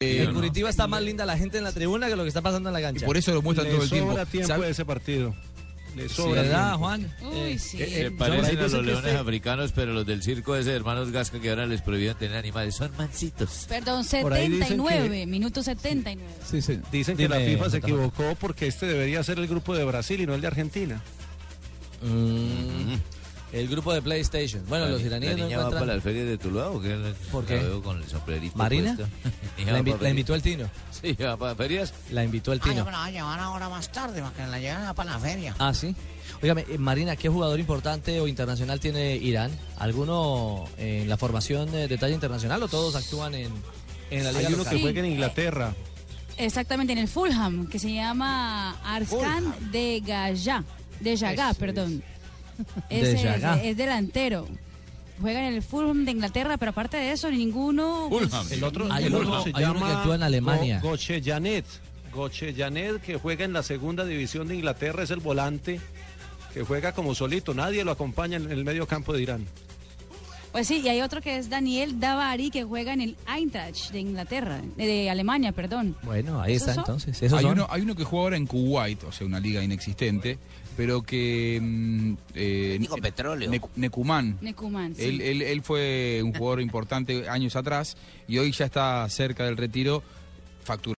En Curitiba está más linda la gente en la tribuna que lo que está pasando en la cancha. Por eso lo muestran todo el tiempo. sobra tiempo ¿Sabe- de ese partido. Le Sí, sobra ¿Verdad, tiempo. Juan? Eh, Uy, sí. Se por ahí parecen a pensé los que leones este- africanos, pero los del circo ese de hermanos Gasca que ahora les prohibieron tener animales. Son mancitos. Perdón, Por ahí dicen 79, minuto 79. Sí, sí. Dicen que la FIFA se equivocó porque este debería ser el grupo de Brasil y no el de Argentina. Mm, el grupo de PlayStation. Bueno, los La- iraníes ¿La no niña va para encuentran. las ferias de Tuluá o qué? ¿Por La qué? veo con el sombrerito ¿Marina? puesto. Niña La, va invi- para la ferias. invitó el Tino. Sí, va para ferias. La invitó el Ah, yo Tino. me la van a llevar ahora más tarde, para que la lleven para la feria. Ah, sí. Óigame, eh, Marina, ¿qué jugador importante o internacional tiene Irán? ¿Alguno en la formación eh, de talla internacional o todos actúan en, en la liga Hay uno local? que Sí. juega en Inglaterra. Exactamente, en el Fulham, que se llama Arskan de Gaya, de Yagá, perdón. De Ese es, Yagá. es delantero. Juega en el Fulham de Inglaterra, pero aparte de eso, ninguno... pues, Fulham. El otro, Hay el uno- otro se hay uno llama que actúa en Alemania. Go- Goche Janet. Goche Janet, que juega en la segunda división de Inglaterra, es el volante que juega como solito. Nadie lo acompaña en el medio campo de Irán. Pues sí, y hay otro que es Daniel Davari, que juega en el Eintracht de Inglaterra, eh, de Alemania, perdón. Bueno, ahí ¿Esos está son? entonces. Esos hay, son. uno, hay uno que juega ahora en Kuwait, o sea, una liga inexistente, pero que. mm, eh, Digo, petróleo. Nec- Necumán. Necuman, sí. Él, él- él fue un jugador importante años atrás y hoy ya está cerca del retiro facturando.